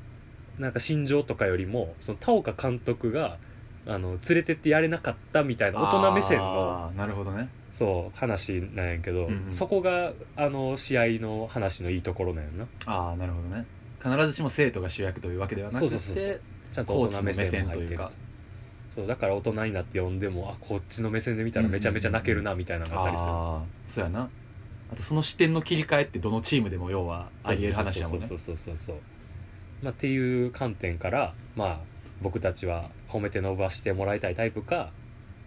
Speaker 1: なんか心情とかよりもその田岡監督があの連れてってやれなかったみたいな大人目線の
Speaker 2: あーなるほどね
Speaker 1: そう話なんやけど、
Speaker 2: うんうん
Speaker 1: そこがあの試合の話のいいところなんやな
Speaker 2: ああなるほどね必ずしも生徒が主役というわけではなく
Speaker 1: そうそうそう
Speaker 2: て
Speaker 1: ちゃんと
Speaker 2: コー
Speaker 1: 大
Speaker 2: チ
Speaker 1: 人
Speaker 2: の
Speaker 1: 目
Speaker 2: 目
Speaker 1: 線
Speaker 2: 線
Speaker 1: も
Speaker 2: と
Speaker 1: 入っ
Speaker 2: い
Speaker 1: て
Speaker 2: う
Speaker 1: る
Speaker 2: か
Speaker 1: そうだから大人になって呼んでもあこっちの目線で見たらめちゃめちゃ泣けるなみたいなのがあったりする、
Speaker 2: ああそうやなあとその視点の切り替えってどのチームでも要はありえる話やもんね
Speaker 1: そうそうそうそうそうそうまあ、っていう観点から、まあ、僕たちは褒めて伸ばしてもらいたいタイプか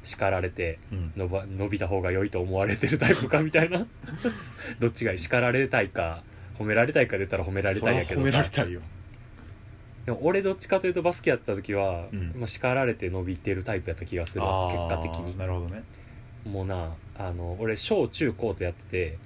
Speaker 1: 叱られて
Speaker 2: うん
Speaker 1: 伸ば伸びた方が良いと思われてるタイプかみたいな どっちがいい叱られたいか褒められたいかで言ったら褒められ
Speaker 2: そ
Speaker 1: た
Speaker 2: れ
Speaker 1: い
Speaker 2: は
Speaker 1: やけど
Speaker 2: 褒めら
Speaker 1: さ
Speaker 2: れたいよ
Speaker 1: でも俺どっちかというとバスケやった時は、
Speaker 2: うん
Speaker 1: まあ、叱られて伸びてるタイプやった気がするわ結
Speaker 2: あ
Speaker 1: 果
Speaker 2: ー
Speaker 1: 的に
Speaker 2: なるほどね
Speaker 1: もうなあの俺小中高とやってて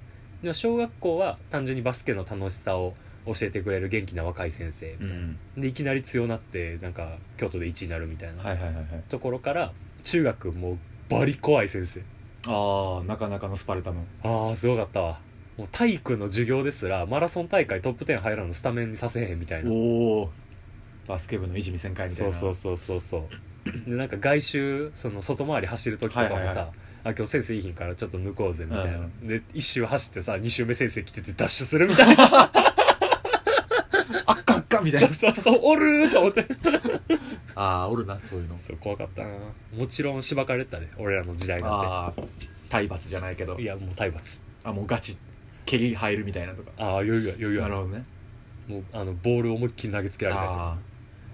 Speaker 1: でも小学校は単純にバスケの楽しさを教えてくれる元気な若い先生
Speaker 2: うん
Speaker 1: でいきなり強なってなんか京都で1位になるみたいな
Speaker 2: はいはいはいはい
Speaker 1: ところから中学もうバリ怖い先生
Speaker 2: ああなかなかのスパルタの
Speaker 1: ああすごかったわもう体育の授業ですらマラソン大会トップ10入らんのスタメンにさせへんみたいな
Speaker 2: おおバスケ部のいじ見せんかいみたい
Speaker 1: そう
Speaker 2: な
Speaker 1: そうそうそうそうでなんか外周その外回り走る時とかもさ、
Speaker 2: はいはいはい
Speaker 1: あ今日先生いい日からちょっと抜こうぜみたいな、
Speaker 2: う
Speaker 1: で一周走ってさ2周目先生来ててダッシュするみたいな
Speaker 2: あっかあっかみたいな
Speaker 1: そうそうおるーと思って
Speaker 2: ああおるなそういう の
Speaker 1: そう怖かったなもちろんしばかれたね俺らの時代なん
Speaker 2: ああ体罰じゃないけど
Speaker 1: ていやもう体罰
Speaker 2: あもうガチ蹴り入るみたいなとか
Speaker 1: ああ余裕や余裕
Speaker 2: な
Speaker 1: や
Speaker 2: るほどね
Speaker 1: もうあのボールを思いっきり投げつけられたりと
Speaker 2: あ
Speaker 1: か
Speaker 2: あ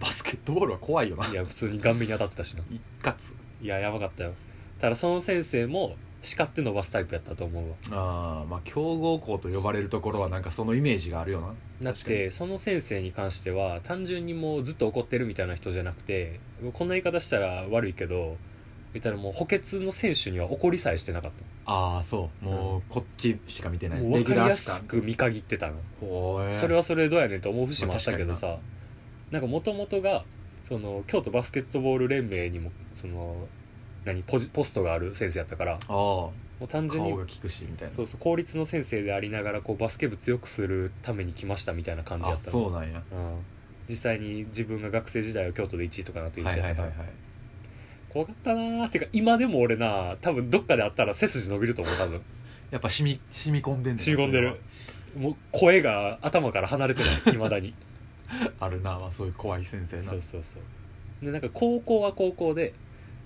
Speaker 2: バスケットボールは怖いよない
Speaker 1: や普通に顔面に当たってたしな
Speaker 2: 一括
Speaker 1: いややばかったよただその先生も叱って伸ばすタイプやったと思うわ
Speaker 2: ああまあ強豪校と呼ばれるところはなんかそのイメージがあるよな
Speaker 1: だっ
Speaker 2: 確か
Speaker 1: てその先生に関しては単純にもうずっと怒ってるみたいな人じゃなくてこんな言い方したら悪いけど言ったらもう補欠の選手には怒りさえしてなかっ
Speaker 2: ああそうもうこっちしか見て
Speaker 1: た、
Speaker 2: ない
Speaker 1: もう分かりや
Speaker 2: レギュラー
Speaker 1: す
Speaker 2: しか
Speaker 1: く見限ってたの、
Speaker 2: おい
Speaker 1: それはそれでどうやねんと思う節もあったけど
Speaker 2: まあ確か
Speaker 1: さ、なんかもともとがその京都バスケットボール連盟にもその何ポジポストがある先生やったから
Speaker 2: ああ
Speaker 1: もう単純に
Speaker 2: 顔が利くしみたいな
Speaker 1: そうそう公立の先生でありながらこうバスケ部強くするために来ましたみたいな感じや
Speaker 2: あ
Speaker 1: ったの
Speaker 2: そうなんや
Speaker 1: うん実際に自分が学生時代は京都で1位とかなって
Speaker 2: は
Speaker 1: 1
Speaker 2: い
Speaker 1: 位
Speaker 2: は
Speaker 1: だ
Speaker 2: い
Speaker 1: った
Speaker 2: は
Speaker 1: か
Speaker 2: い
Speaker 1: ら、
Speaker 2: はい
Speaker 1: 怖かったなーてか今でも俺な多分どっかであったら背筋伸びると思う 多分
Speaker 2: やっぱ染み染み込んでんねんな
Speaker 1: 染み込んでるもう声が頭から離れ てないいまだに
Speaker 2: それはあるな、まあ、そういう怖い先生な
Speaker 1: そうそうそうでなんか高校は高校で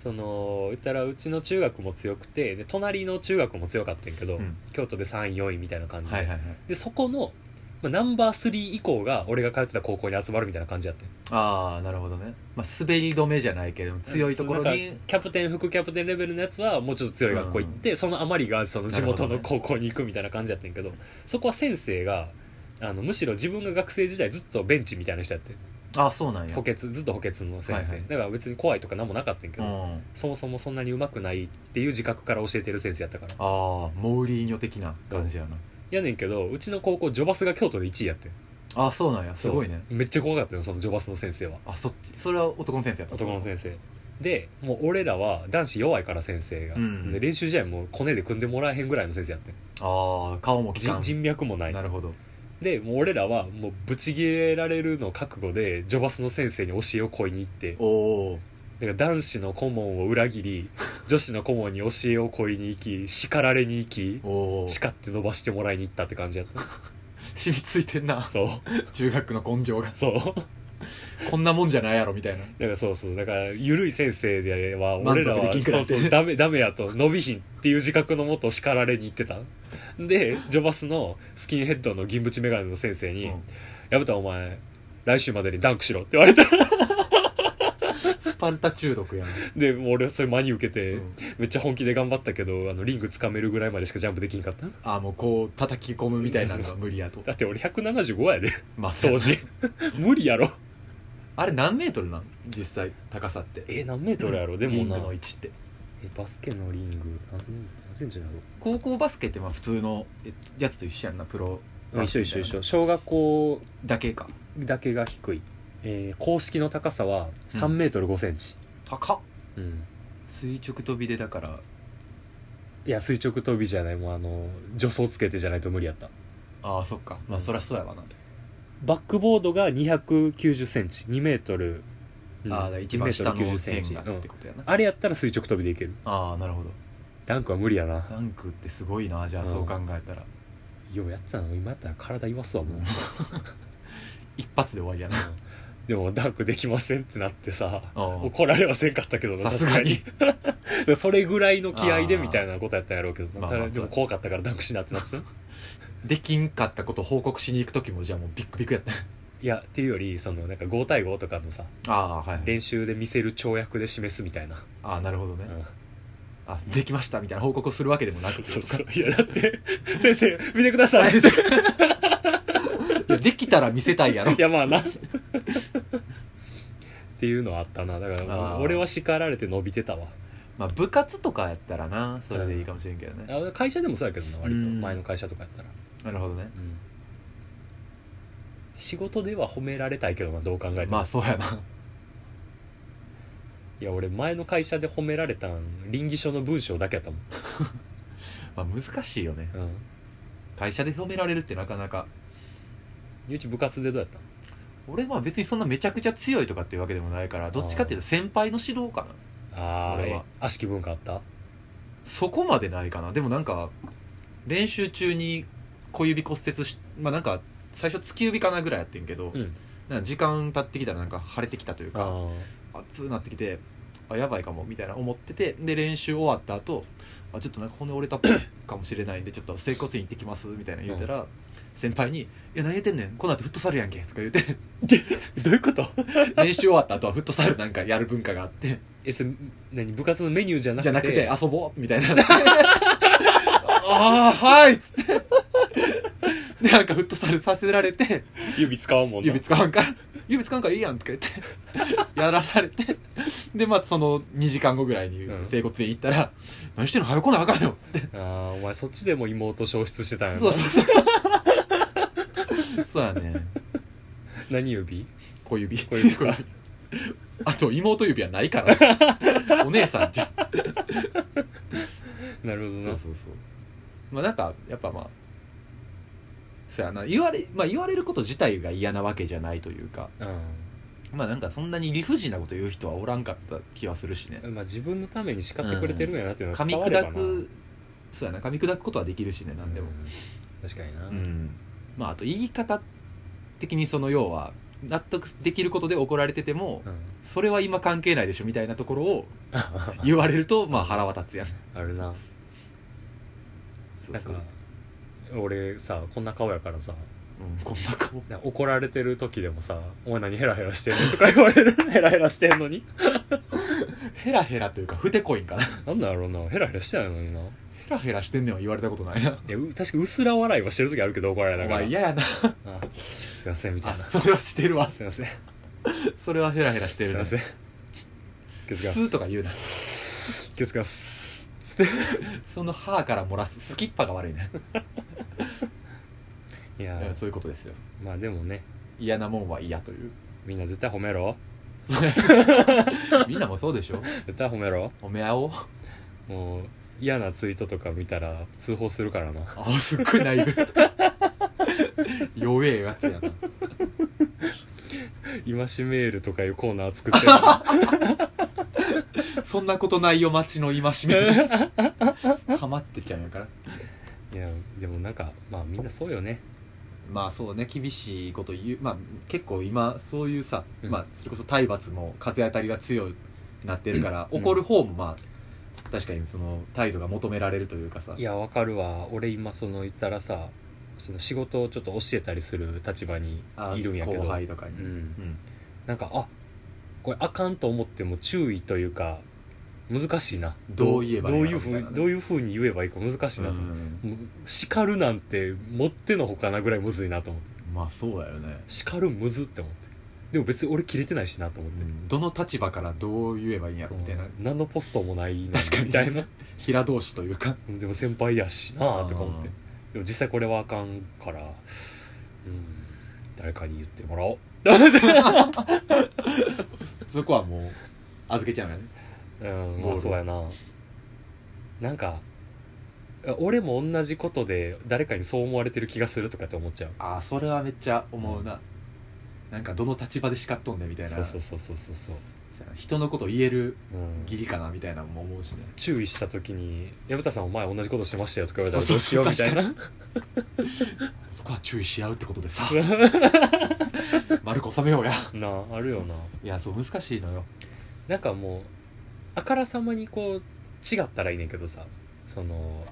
Speaker 1: その言ったらうちの中学も強くてで隣の中学も強かったんやけど、
Speaker 2: うん
Speaker 1: 京都で3位4位みたいな感じで,、
Speaker 2: はいはいはい
Speaker 1: でそこの、まあ、ナンバー3以降が俺が通ってた高校に集まるみたいな感じやってん
Speaker 2: ああなるほどね、まあ、滑り止めじゃないけど強いところ
Speaker 1: そうな
Speaker 2: に
Speaker 1: んかキャプテン副キャプテンレベルのやつはもうちょっと強い学校行って、その余りがその地元の高校に行くみたいな感じやったんやけどそこは先生があのむしろ自分が学生時代ずっとベンチみたいな人やって
Speaker 2: ああそうなんや
Speaker 1: 補欠ずっと補欠の先生、
Speaker 2: はいはい
Speaker 1: だから別に怖いとか何もなかったんやけ
Speaker 2: う
Speaker 1: ど、
Speaker 2: ん
Speaker 1: そもそもそんなに上手くないっていう自覚から教えてる先生やったから
Speaker 2: ああモーリーニョ的な感じやな
Speaker 1: やねんけどうちの高校ジョバスが京都で1位やってん
Speaker 2: ああそうなんやすごいね
Speaker 1: そうめっちゃ怖かったよそのジョバスの先生は
Speaker 2: あそっちそれは男の先生やった
Speaker 1: 男の先生でもう俺らは男子弱いから先生が、
Speaker 2: うん
Speaker 1: で練習試合もコネで組んでもらえへんぐらいの先生やってん
Speaker 2: ああ顔も効か
Speaker 1: 人
Speaker 2: ん
Speaker 1: 人脈もない
Speaker 2: なるほど
Speaker 1: でもう俺らはもうブチギレられるの覚悟でジョバスの先生に教えを請いに行ってだか
Speaker 2: おお
Speaker 1: ら男子の顧問を裏切 り女子の顧問に教えを請いに行き叱られに行き
Speaker 2: ーおー
Speaker 1: 叱って伸ばしてもらいに行ったって感じやった
Speaker 2: 染みついてんな
Speaker 1: そう
Speaker 2: 中学の根性が
Speaker 1: そうだか
Speaker 2: こんなもんじゃないやろみたいな
Speaker 1: らそうそうだから緩い先生では俺ら
Speaker 2: 満
Speaker 1: は
Speaker 2: 足できんく
Speaker 1: そ
Speaker 2: な
Speaker 1: う
Speaker 2: って
Speaker 1: そうダメダメやと伸びひんっていう自覚のもと叱られに行ってたでジョバスのスキンヘッドの銀縁メガネの先生に「
Speaker 2: うん
Speaker 1: やぶたお前来週までにダンクしろ」って言われた
Speaker 2: スパルタ中毒やな
Speaker 1: でもう俺はそれ真に受けて、
Speaker 2: うん
Speaker 1: めっちゃ本気で頑張ったけどあのリング掴めるぐらいまでしかジャンプできんかった
Speaker 2: ああもうこう叩き 込むみたいなのが無理やと
Speaker 1: だって俺175やで
Speaker 2: まあ
Speaker 1: 当時無理やろ
Speaker 2: あれ何メートルなん実際高さって
Speaker 1: え何メートルやろで
Speaker 2: リ
Speaker 1: も
Speaker 2: ング
Speaker 1: な
Speaker 2: の位置って
Speaker 1: えバスケのリング何何センチなんやろ
Speaker 2: 高校バスケってまあ普通のえやつと一緒やんなプロ
Speaker 1: うん一緒一緒一緒小学校
Speaker 2: だけか
Speaker 1: だけが低い、えー公式の高さは3メートル5センチ、
Speaker 2: 高っ
Speaker 1: うん、
Speaker 2: 垂直跳びでだから
Speaker 1: いや垂直跳びじゃないもうあの助走つけてじゃないと無理やった
Speaker 2: ああそっかまあそりゃそうやわな、
Speaker 1: バックボードが2 9 0センチ2メートル、うん
Speaker 2: ああだから一番下の
Speaker 1: 2 90
Speaker 2: 辺がっ
Speaker 1: うん
Speaker 2: てことやな、
Speaker 1: あれやったら垂直跳びでいける
Speaker 2: ああなるほど
Speaker 1: ダンクは無理やな
Speaker 2: ダンクってすごいなじゃあ
Speaker 1: うん
Speaker 2: そう考えたら、
Speaker 1: ようやってたの今やったら体言わすわもう
Speaker 2: 一発で終わりや な
Speaker 1: でもダンクできませんってなってさ
Speaker 2: ああ
Speaker 1: 怒られはせんかったけどな
Speaker 2: さすがに
Speaker 1: さすがにそれぐらいの気合でみたいなことやったんやろうけど
Speaker 2: まあまあ
Speaker 1: ただでも怖かったからダンクしなってなってたい
Speaker 2: できんかったこと報告しに行く時もじゃあもうビックビックやった
Speaker 1: やっていうよりそのなんか5対5とかのさ
Speaker 2: ああーはいはい
Speaker 1: 練習で見せる跳躍で示すみたいな、
Speaker 2: ああなるほど
Speaker 1: う
Speaker 2: ね、
Speaker 1: ん
Speaker 2: あできましたみたいな報告をするわけでもなく
Speaker 1: そうそうそういやだって 「先生見てください」っつって
Speaker 2: いやできたら見せ たいやろ
Speaker 1: いやまあなっていうのはあったなだからまあ
Speaker 2: あー
Speaker 1: 俺は叱られて伸びてたわ
Speaker 2: まあ部活とかやったらなそれでいいかもしれんけどね、
Speaker 1: あ会社でもそうやけどな割と
Speaker 2: うん
Speaker 1: 前の会社とかやったら、
Speaker 2: なるほどね
Speaker 1: うん仕事では褒められたいけどなどう考えても、
Speaker 2: まあそうやない
Speaker 1: や俺前の会社で褒められたん倫理書の文章だけやったも
Speaker 2: まあ難しいよね
Speaker 1: ん、うん、
Speaker 2: 会社で褒められるってなかなか
Speaker 1: ゆうち部活でどうやったん
Speaker 2: 俺まあ別にそんなめちゃくちゃ強いとかっていうわけでもないからどっちかっていうと先輩の指導かな
Speaker 1: ああ
Speaker 2: 俺は
Speaker 1: 悪しき文化あった
Speaker 2: そこまでないかなでもなんか練習中に小指骨折しまあなんか最初突き指かなぐらいやってんけど、
Speaker 1: うん
Speaker 2: なんか時間経ってきたらなんか腫れてきたというか
Speaker 1: あ
Speaker 2: 熱くなってきてあやばいかもみたいな思っててで練習終わった後あちょっとなんか骨折れたっぽいかもしれないんでちょっと整骨院行ってきますみたいな言うたら、先輩に「いや何言ってんねんこの後フットサルやんけ」とか言うて
Speaker 1: ーどういうこと
Speaker 2: 練習終わった後はフットサルなんかやる文化があって
Speaker 1: えそれ何部活のメニューじゃなくて
Speaker 2: じゃなくて遊ぼうみたいなああはいっつってでなんかフットサルさせられて
Speaker 1: 指使うもんな
Speaker 2: 指使わんから指使わんからいいやんとか言ってやらされてでまあその2時間後ぐらいに
Speaker 1: うん
Speaker 2: 整骨院行ったら「何してんの早く来なあかんよ」っつって
Speaker 1: ああお前そっちでも妹消失してたんやな
Speaker 2: そうそうそうそうそうやね
Speaker 1: 何指
Speaker 2: 小指
Speaker 1: 小指か
Speaker 2: あと妹指はないからお姉さんじゃん
Speaker 1: なるほどな
Speaker 2: そうそうそうまあなんかやっぱまあそうやな言われ,、まあ、言われること自体が嫌なわけじゃないというかまあなんかそんなに理不尽なこと言う人はおらんかった気はするしね
Speaker 1: うんまあ、自分のために叱ってくれてるんやなっていうの
Speaker 2: 噛
Speaker 1: が
Speaker 2: み
Speaker 1: 伝わればな
Speaker 2: 砕くそうやな噛み砕くことはできるしね何でも、
Speaker 1: うん確かにな、
Speaker 2: うんまああと言い方的にその要は納得できることで怒られてても
Speaker 1: うん
Speaker 2: それは今関係ないでしょみたいなところ を
Speaker 1: あ
Speaker 2: 言われるとまあ腹は立つやん
Speaker 1: るな
Speaker 2: そう
Speaker 1: なん
Speaker 2: そう、
Speaker 1: か俺さこんな顔やからさ
Speaker 2: うん、こんな顔
Speaker 1: な怒られてる時でもさ「お前何ヘラヘラしてんの?」とか言われ るヘラヘラしてんのに
Speaker 2: ヘラヘラというかふてこいんかなヘ
Speaker 1: なんだろうなヘラヘラしてないのにない
Speaker 2: ラヘラしてんねんは言われたこ とないな
Speaker 1: やう確かうすら笑いはしてる時あるけど怒られ
Speaker 2: お
Speaker 1: ながら
Speaker 2: 前嫌やな
Speaker 1: あすいませんみた
Speaker 2: あ
Speaker 1: いな
Speaker 2: それはしてる わ
Speaker 1: すいません
Speaker 2: それはヘラヘラして
Speaker 1: す
Speaker 2: る
Speaker 1: いま
Speaker 2: な
Speaker 1: せん気
Speaker 2: ス
Speaker 1: づきま
Speaker 2: ー
Speaker 1: す
Speaker 2: とか言うな
Speaker 1: 気づきます
Speaker 2: その歯から漏らすスキッパが悪いね
Speaker 1: いや
Speaker 2: うんそういうことですよ
Speaker 1: まあでもね
Speaker 2: 嫌なもんは嫌 という
Speaker 1: みんな絶対褒めろ
Speaker 2: みんなもそうでしょ
Speaker 1: 絶対褒めろ
Speaker 2: おめあおう
Speaker 1: もう嫌なツイートとか見たら通報するからな
Speaker 2: あすっごいナイブ弱えやつやな
Speaker 1: 今しメールとかいうコーナー作ってる あ
Speaker 2: そんなことないよ町の戒め かまってちゃうんやから
Speaker 1: いやでもなんかまあみんなそうよね
Speaker 2: まあそうね厳しいこと言うまあ結構今そういうさ、
Speaker 1: うん
Speaker 2: まあ、それこそ体罰も風当たりが強くなってるから、
Speaker 1: うん
Speaker 2: 怒る方もまあ確かにその態度が求められるというかさ
Speaker 1: いやわかるわ俺今その言ったらさその仕事をちょっと教えたりする立場に
Speaker 2: あ
Speaker 1: いるんやけど
Speaker 2: 後輩とかに、
Speaker 1: う
Speaker 2: うん
Speaker 1: んなんかあこれあかんと思っても注意というか難しいな
Speaker 2: どう言えばいい
Speaker 1: ど
Speaker 2: の
Speaker 1: ういうふ
Speaker 2: みたいうなね
Speaker 1: どういうふうに言えばいいか難しいなと思ってもう叱るなんてもってのほかなぐらいむずいなと思って
Speaker 2: まあそうだよね
Speaker 1: 叱るむずって思ってでも別に俺切れてないしなと思って、
Speaker 2: どの立場からどう言えばいいんやろみたいな、
Speaker 1: うん何のポストもないの
Speaker 2: 確かに
Speaker 1: みたいな
Speaker 2: 平同士というか
Speaker 1: うんでも先輩やしなあとか思って
Speaker 2: うん
Speaker 1: でも実際これはあかんからうん誰かに言ってもらおう
Speaker 2: そこはもう預けちゃうんやね
Speaker 1: うん
Speaker 2: ボー
Speaker 1: まあ
Speaker 2: ル
Speaker 1: そうやななんか俺も同じことで誰かにそう思われてる気がするとかって思っちゃう
Speaker 2: ああそれはめっちゃ思うな、なんかどの立場で叱っとんねんみたいな
Speaker 1: そうそうそうそうそうそう、
Speaker 2: そうやな人のこと言える
Speaker 1: うん
Speaker 2: 義理かなみたいなのも思うしね
Speaker 1: 注意した時に「薮田さんお前同じことしてましたよ」とか言われたら
Speaker 2: そ
Speaker 1: ど
Speaker 2: う
Speaker 1: うしよ
Speaker 2: そ
Speaker 1: う
Speaker 2: う
Speaker 1: みたいな
Speaker 2: そこは注意し合うってこと でさ丸く収めようや
Speaker 1: なああるよない
Speaker 2: やそう難しいのよ
Speaker 1: なんかもうあからさまにこう違ったらいいねんけどさその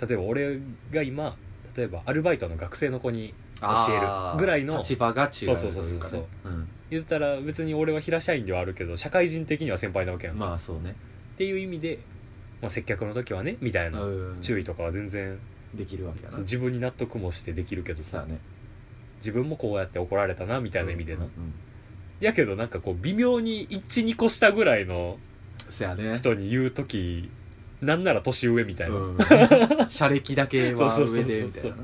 Speaker 1: 例えば俺が今例えばアルバイトの学生の子に
Speaker 2: あー
Speaker 1: 教えるぐらいの
Speaker 2: 立場が違う
Speaker 1: そうそうそうそう
Speaker 2: といかね
Speaker 1: 言ったら別に俺は平社員ではあるけど社会人的には先輩なわけや、
Speaker 2: うんん、まあそうね
Speaker 1: っていう意味で、まあ、接客の時はねみたいな
Speaker 2: うん
Speaker 1: 注意とかは全然
Speaker 2: できるわけやな
Speaker 1: そう自分に納得もしてできるけど
Speaker 2: そう
Speaker 1: さ
Speaker 2: やね
Speaker 1: 自分もこうやって怒られたなみたいな意味でな、
Speaker 2: うんうん
Speaker 1: やけどなんかこう微妙に12個下ぐらいの
Speaker 2: そうやね
Speaker 1: 人に言う時なんなら年上みたいな、
Speaker 2: うん社歴だけは
Speaker 1: そうそうそ
Speaker 2: 上
Speaker 1: うそう
Speaker 2: でみたいなな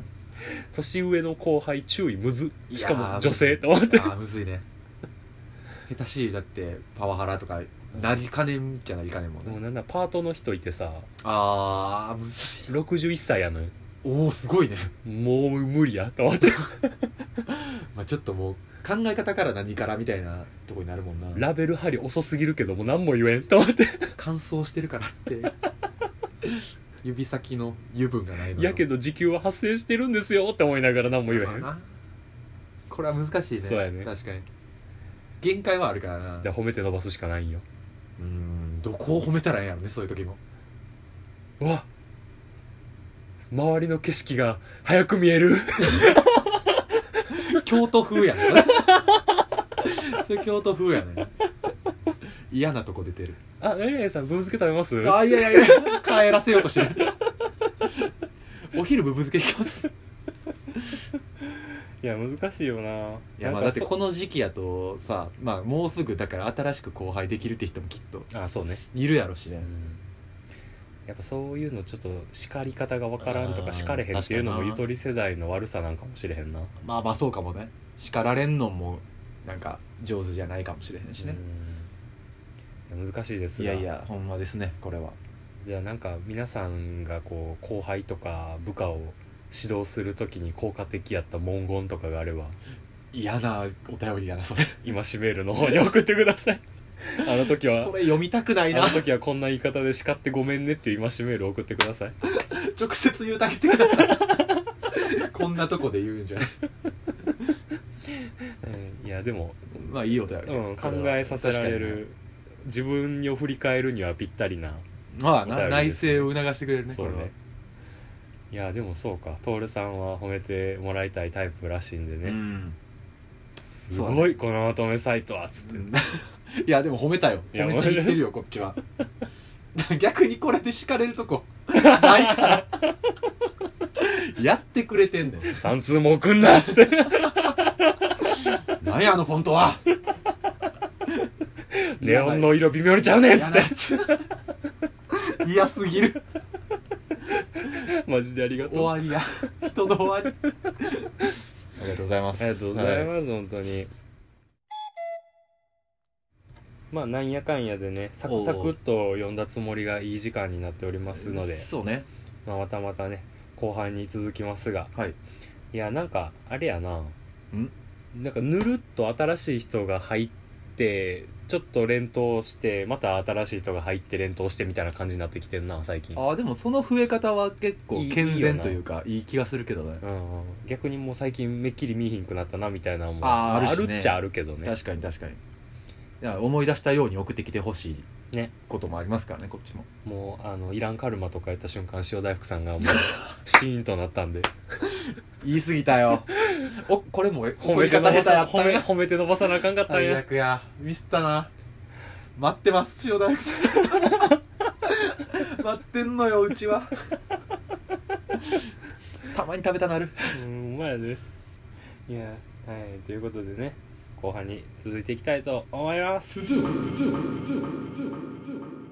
Speaker 1: 年上の後輩注意むず
Speaker 2: いやー
Speaker 1: しかも女性と思って
Speaker 2: あーむずいね下手しいだってパワハラとかなりかねんじゃなりかねんもんね、
Speaker 1: もうなんならパートの人いてさ
Speaker 2: あーむずい
Speaker 1: 61歳やのよ
Speaker 2: おおすごいね、
Speaker 1: もう無理やと思って
Speaker 2: まあ、ちょっともう考え方から何からみたいなとこになるもんな
Speaker 1: ラベル貼り遅すぎるけどもう何も言えんと思って
Speaker 2: 乾燥してるからって 指先の油分がないの
Speaker 1: やけ
Speaker 2: ど
Speaker 1: ど時給は発生してるんですよって思いながら何も言えへん
Speaker 2: これは難しいね
Speaker 1: そうやね
Speaker 2: 確かに限界はあるからな
Speaker 1: で褒めて伸ばすしかないんよ
Speaker 2: うーんどこを褒めたらええんやろねそういう時も
Speaker 1: うわ周りの景色が早く見える
Speaker 2: 京都風やね それ京都風やね嫌なとこ出てる
Speaker 1: あ何々さんぶぶ漬け食べます
Speaker 2: あいやいやいや帰らせようとしてるお昼ぶぶ漬け行きます
Speaker 1: いや難しいよない
Speaker 2: いやまあだってこの時期やとさまあもうすぐだから新しく後輩できるって人もきっと
Speaker 1: あそうね
Speaker 2: いるやろしね
Speaker 1: やっぱそういうのちょっと叱り方がわからんと
Speaker 2: あー
Speaker 1: か叱れへんっていうの
Speaker 2: 確か
Speaker 1: も
Speaker 2: に
Speaker 1: ゆ
Speaker 2: な
Speaker 1: とり世代の悪さなんかもしれへんな、
Speaker 2: まあまあそうかもね叱られんのもなんか上手じゃないかもしれへんしね、
Speaker 1: うんいや難しいです
Speaker 2: い
Speaker 1: が
Speaker 2: やいやほんまですねこれは
Speaker 1: じゃあなんか皆さんがこう後輩とか部下を指導するときに効果的やった文言とかがあれば
Speaker 2: 嫌なお便りやな それ
Speaker 1: 今しメールの方に送ってください あの時は
Speaker 2: それ読みたくないな
Speaker 1: あの時はこんな言い方で叱ってごめんねっていう今しメール送ってください
Speaker 2: 直接言うてあげてください こんなとこで言うんじゃない
Speaker 1: うんいやでも、
Speaker 2: まあいいお便り、
Speaker 1: うん、考えさせられる自分を振り返るにはぴったりな
Speaker 2: 確かに
Speaker 1: お便
Speaker 2: まあな
Speaker 1: り
Speaker 2: 内
Speaker 1: ですね
Speaker 2: 政を促してくれるね
Speaker 1: そう
Speaker 2: これは
Speaker 1: ねいやでもそうか徹さんは褒めてもらいたいタイプらしいんでね、
Speaker 2: うん
Speaker 1: すごい、このまとめサイトはっつって、
Speaker 2: いやでも褒めたよ
Speaker 1: いや
Speaker 2: 褒めちぎってるよこっちは 逆にこれで敷かれるとこ ないから やってくれてんねん
Speaker 1: 三通も送んなっつ って
Speaker 2: 何やあのフォントは
Speaker 1: ネオンの色微妙にちゃうねんっつって
Speaker 2: 嫌 嫌すぎる
Speaker 1: マジでありがと
Speaker 2: 終
Speaker 1: うあ
Speaker 2: わりや人の終わりありがとうございます
Speaker 1: りがとうござい
Speaker 2: は
Speaker 1: ます、本当にまあなんやかんやでねサクサクっと読んだつもりがいい時間になっておりますので
Speaker 2: そうね
Speaker 1: まあ、またまたね後半に続きますが
Speaker 2: はい
Speaker 1: いやなんかあれやななんかぬるっと新しい人が入ってちょっと連投してまた新しい人が入って連投してみたいな感じになってきてんな最近
Speaker 2: あーでもその増え方は結構
Speaker 1: いい
Speaker 2: 健全というかいい気がするけどね
Speaker 1: うんうん、逆にもう最近めっきり見えひんくなったなみたいなのも
Speaker 2: あー
Speaker 1: ま
Speaker 2: あ
Speaker 1: あ
Speaker 2: るしね
Speaker 1: るっちゃあるけどね
Speaker 2: 確かに確かにいや思い出したように送ってきてほしい
Speaker 1: ね
Speaker 2: こともありますからねこっちも
Speaker 1: もうあのイランカルマとかやった瞬間塩大福さんがもうシーンとなったんで
Speaker 2: 言い過ぎたよ おこれも
Speaker 1: 褒
Speaker 2: 褒
Speaker 1: め
Speaker 2: め
Speaker 1: て伸
Speaker 2: 方下
Speaker 1: ば
Speaker 2: 手や
Speaker 1: さ
Speaker 2: っ
Speaker 1: 褒
Speaker 2: た
Speaker 1: め
Speaker 2: や
Speaker 1: 褒めて伸ばさなあかんかったん
Speaker 2: 最
Speaker 1: や
Speaker 2: 悪やミスったな待ってます塩大 福さん待ってんのようちは たまに食べたなる
Speaker 1: うんうまいねいやはいということでね
Speaker 7: 後半に続いていきたいと思います
Speaker 1: 続く続く続く続く続く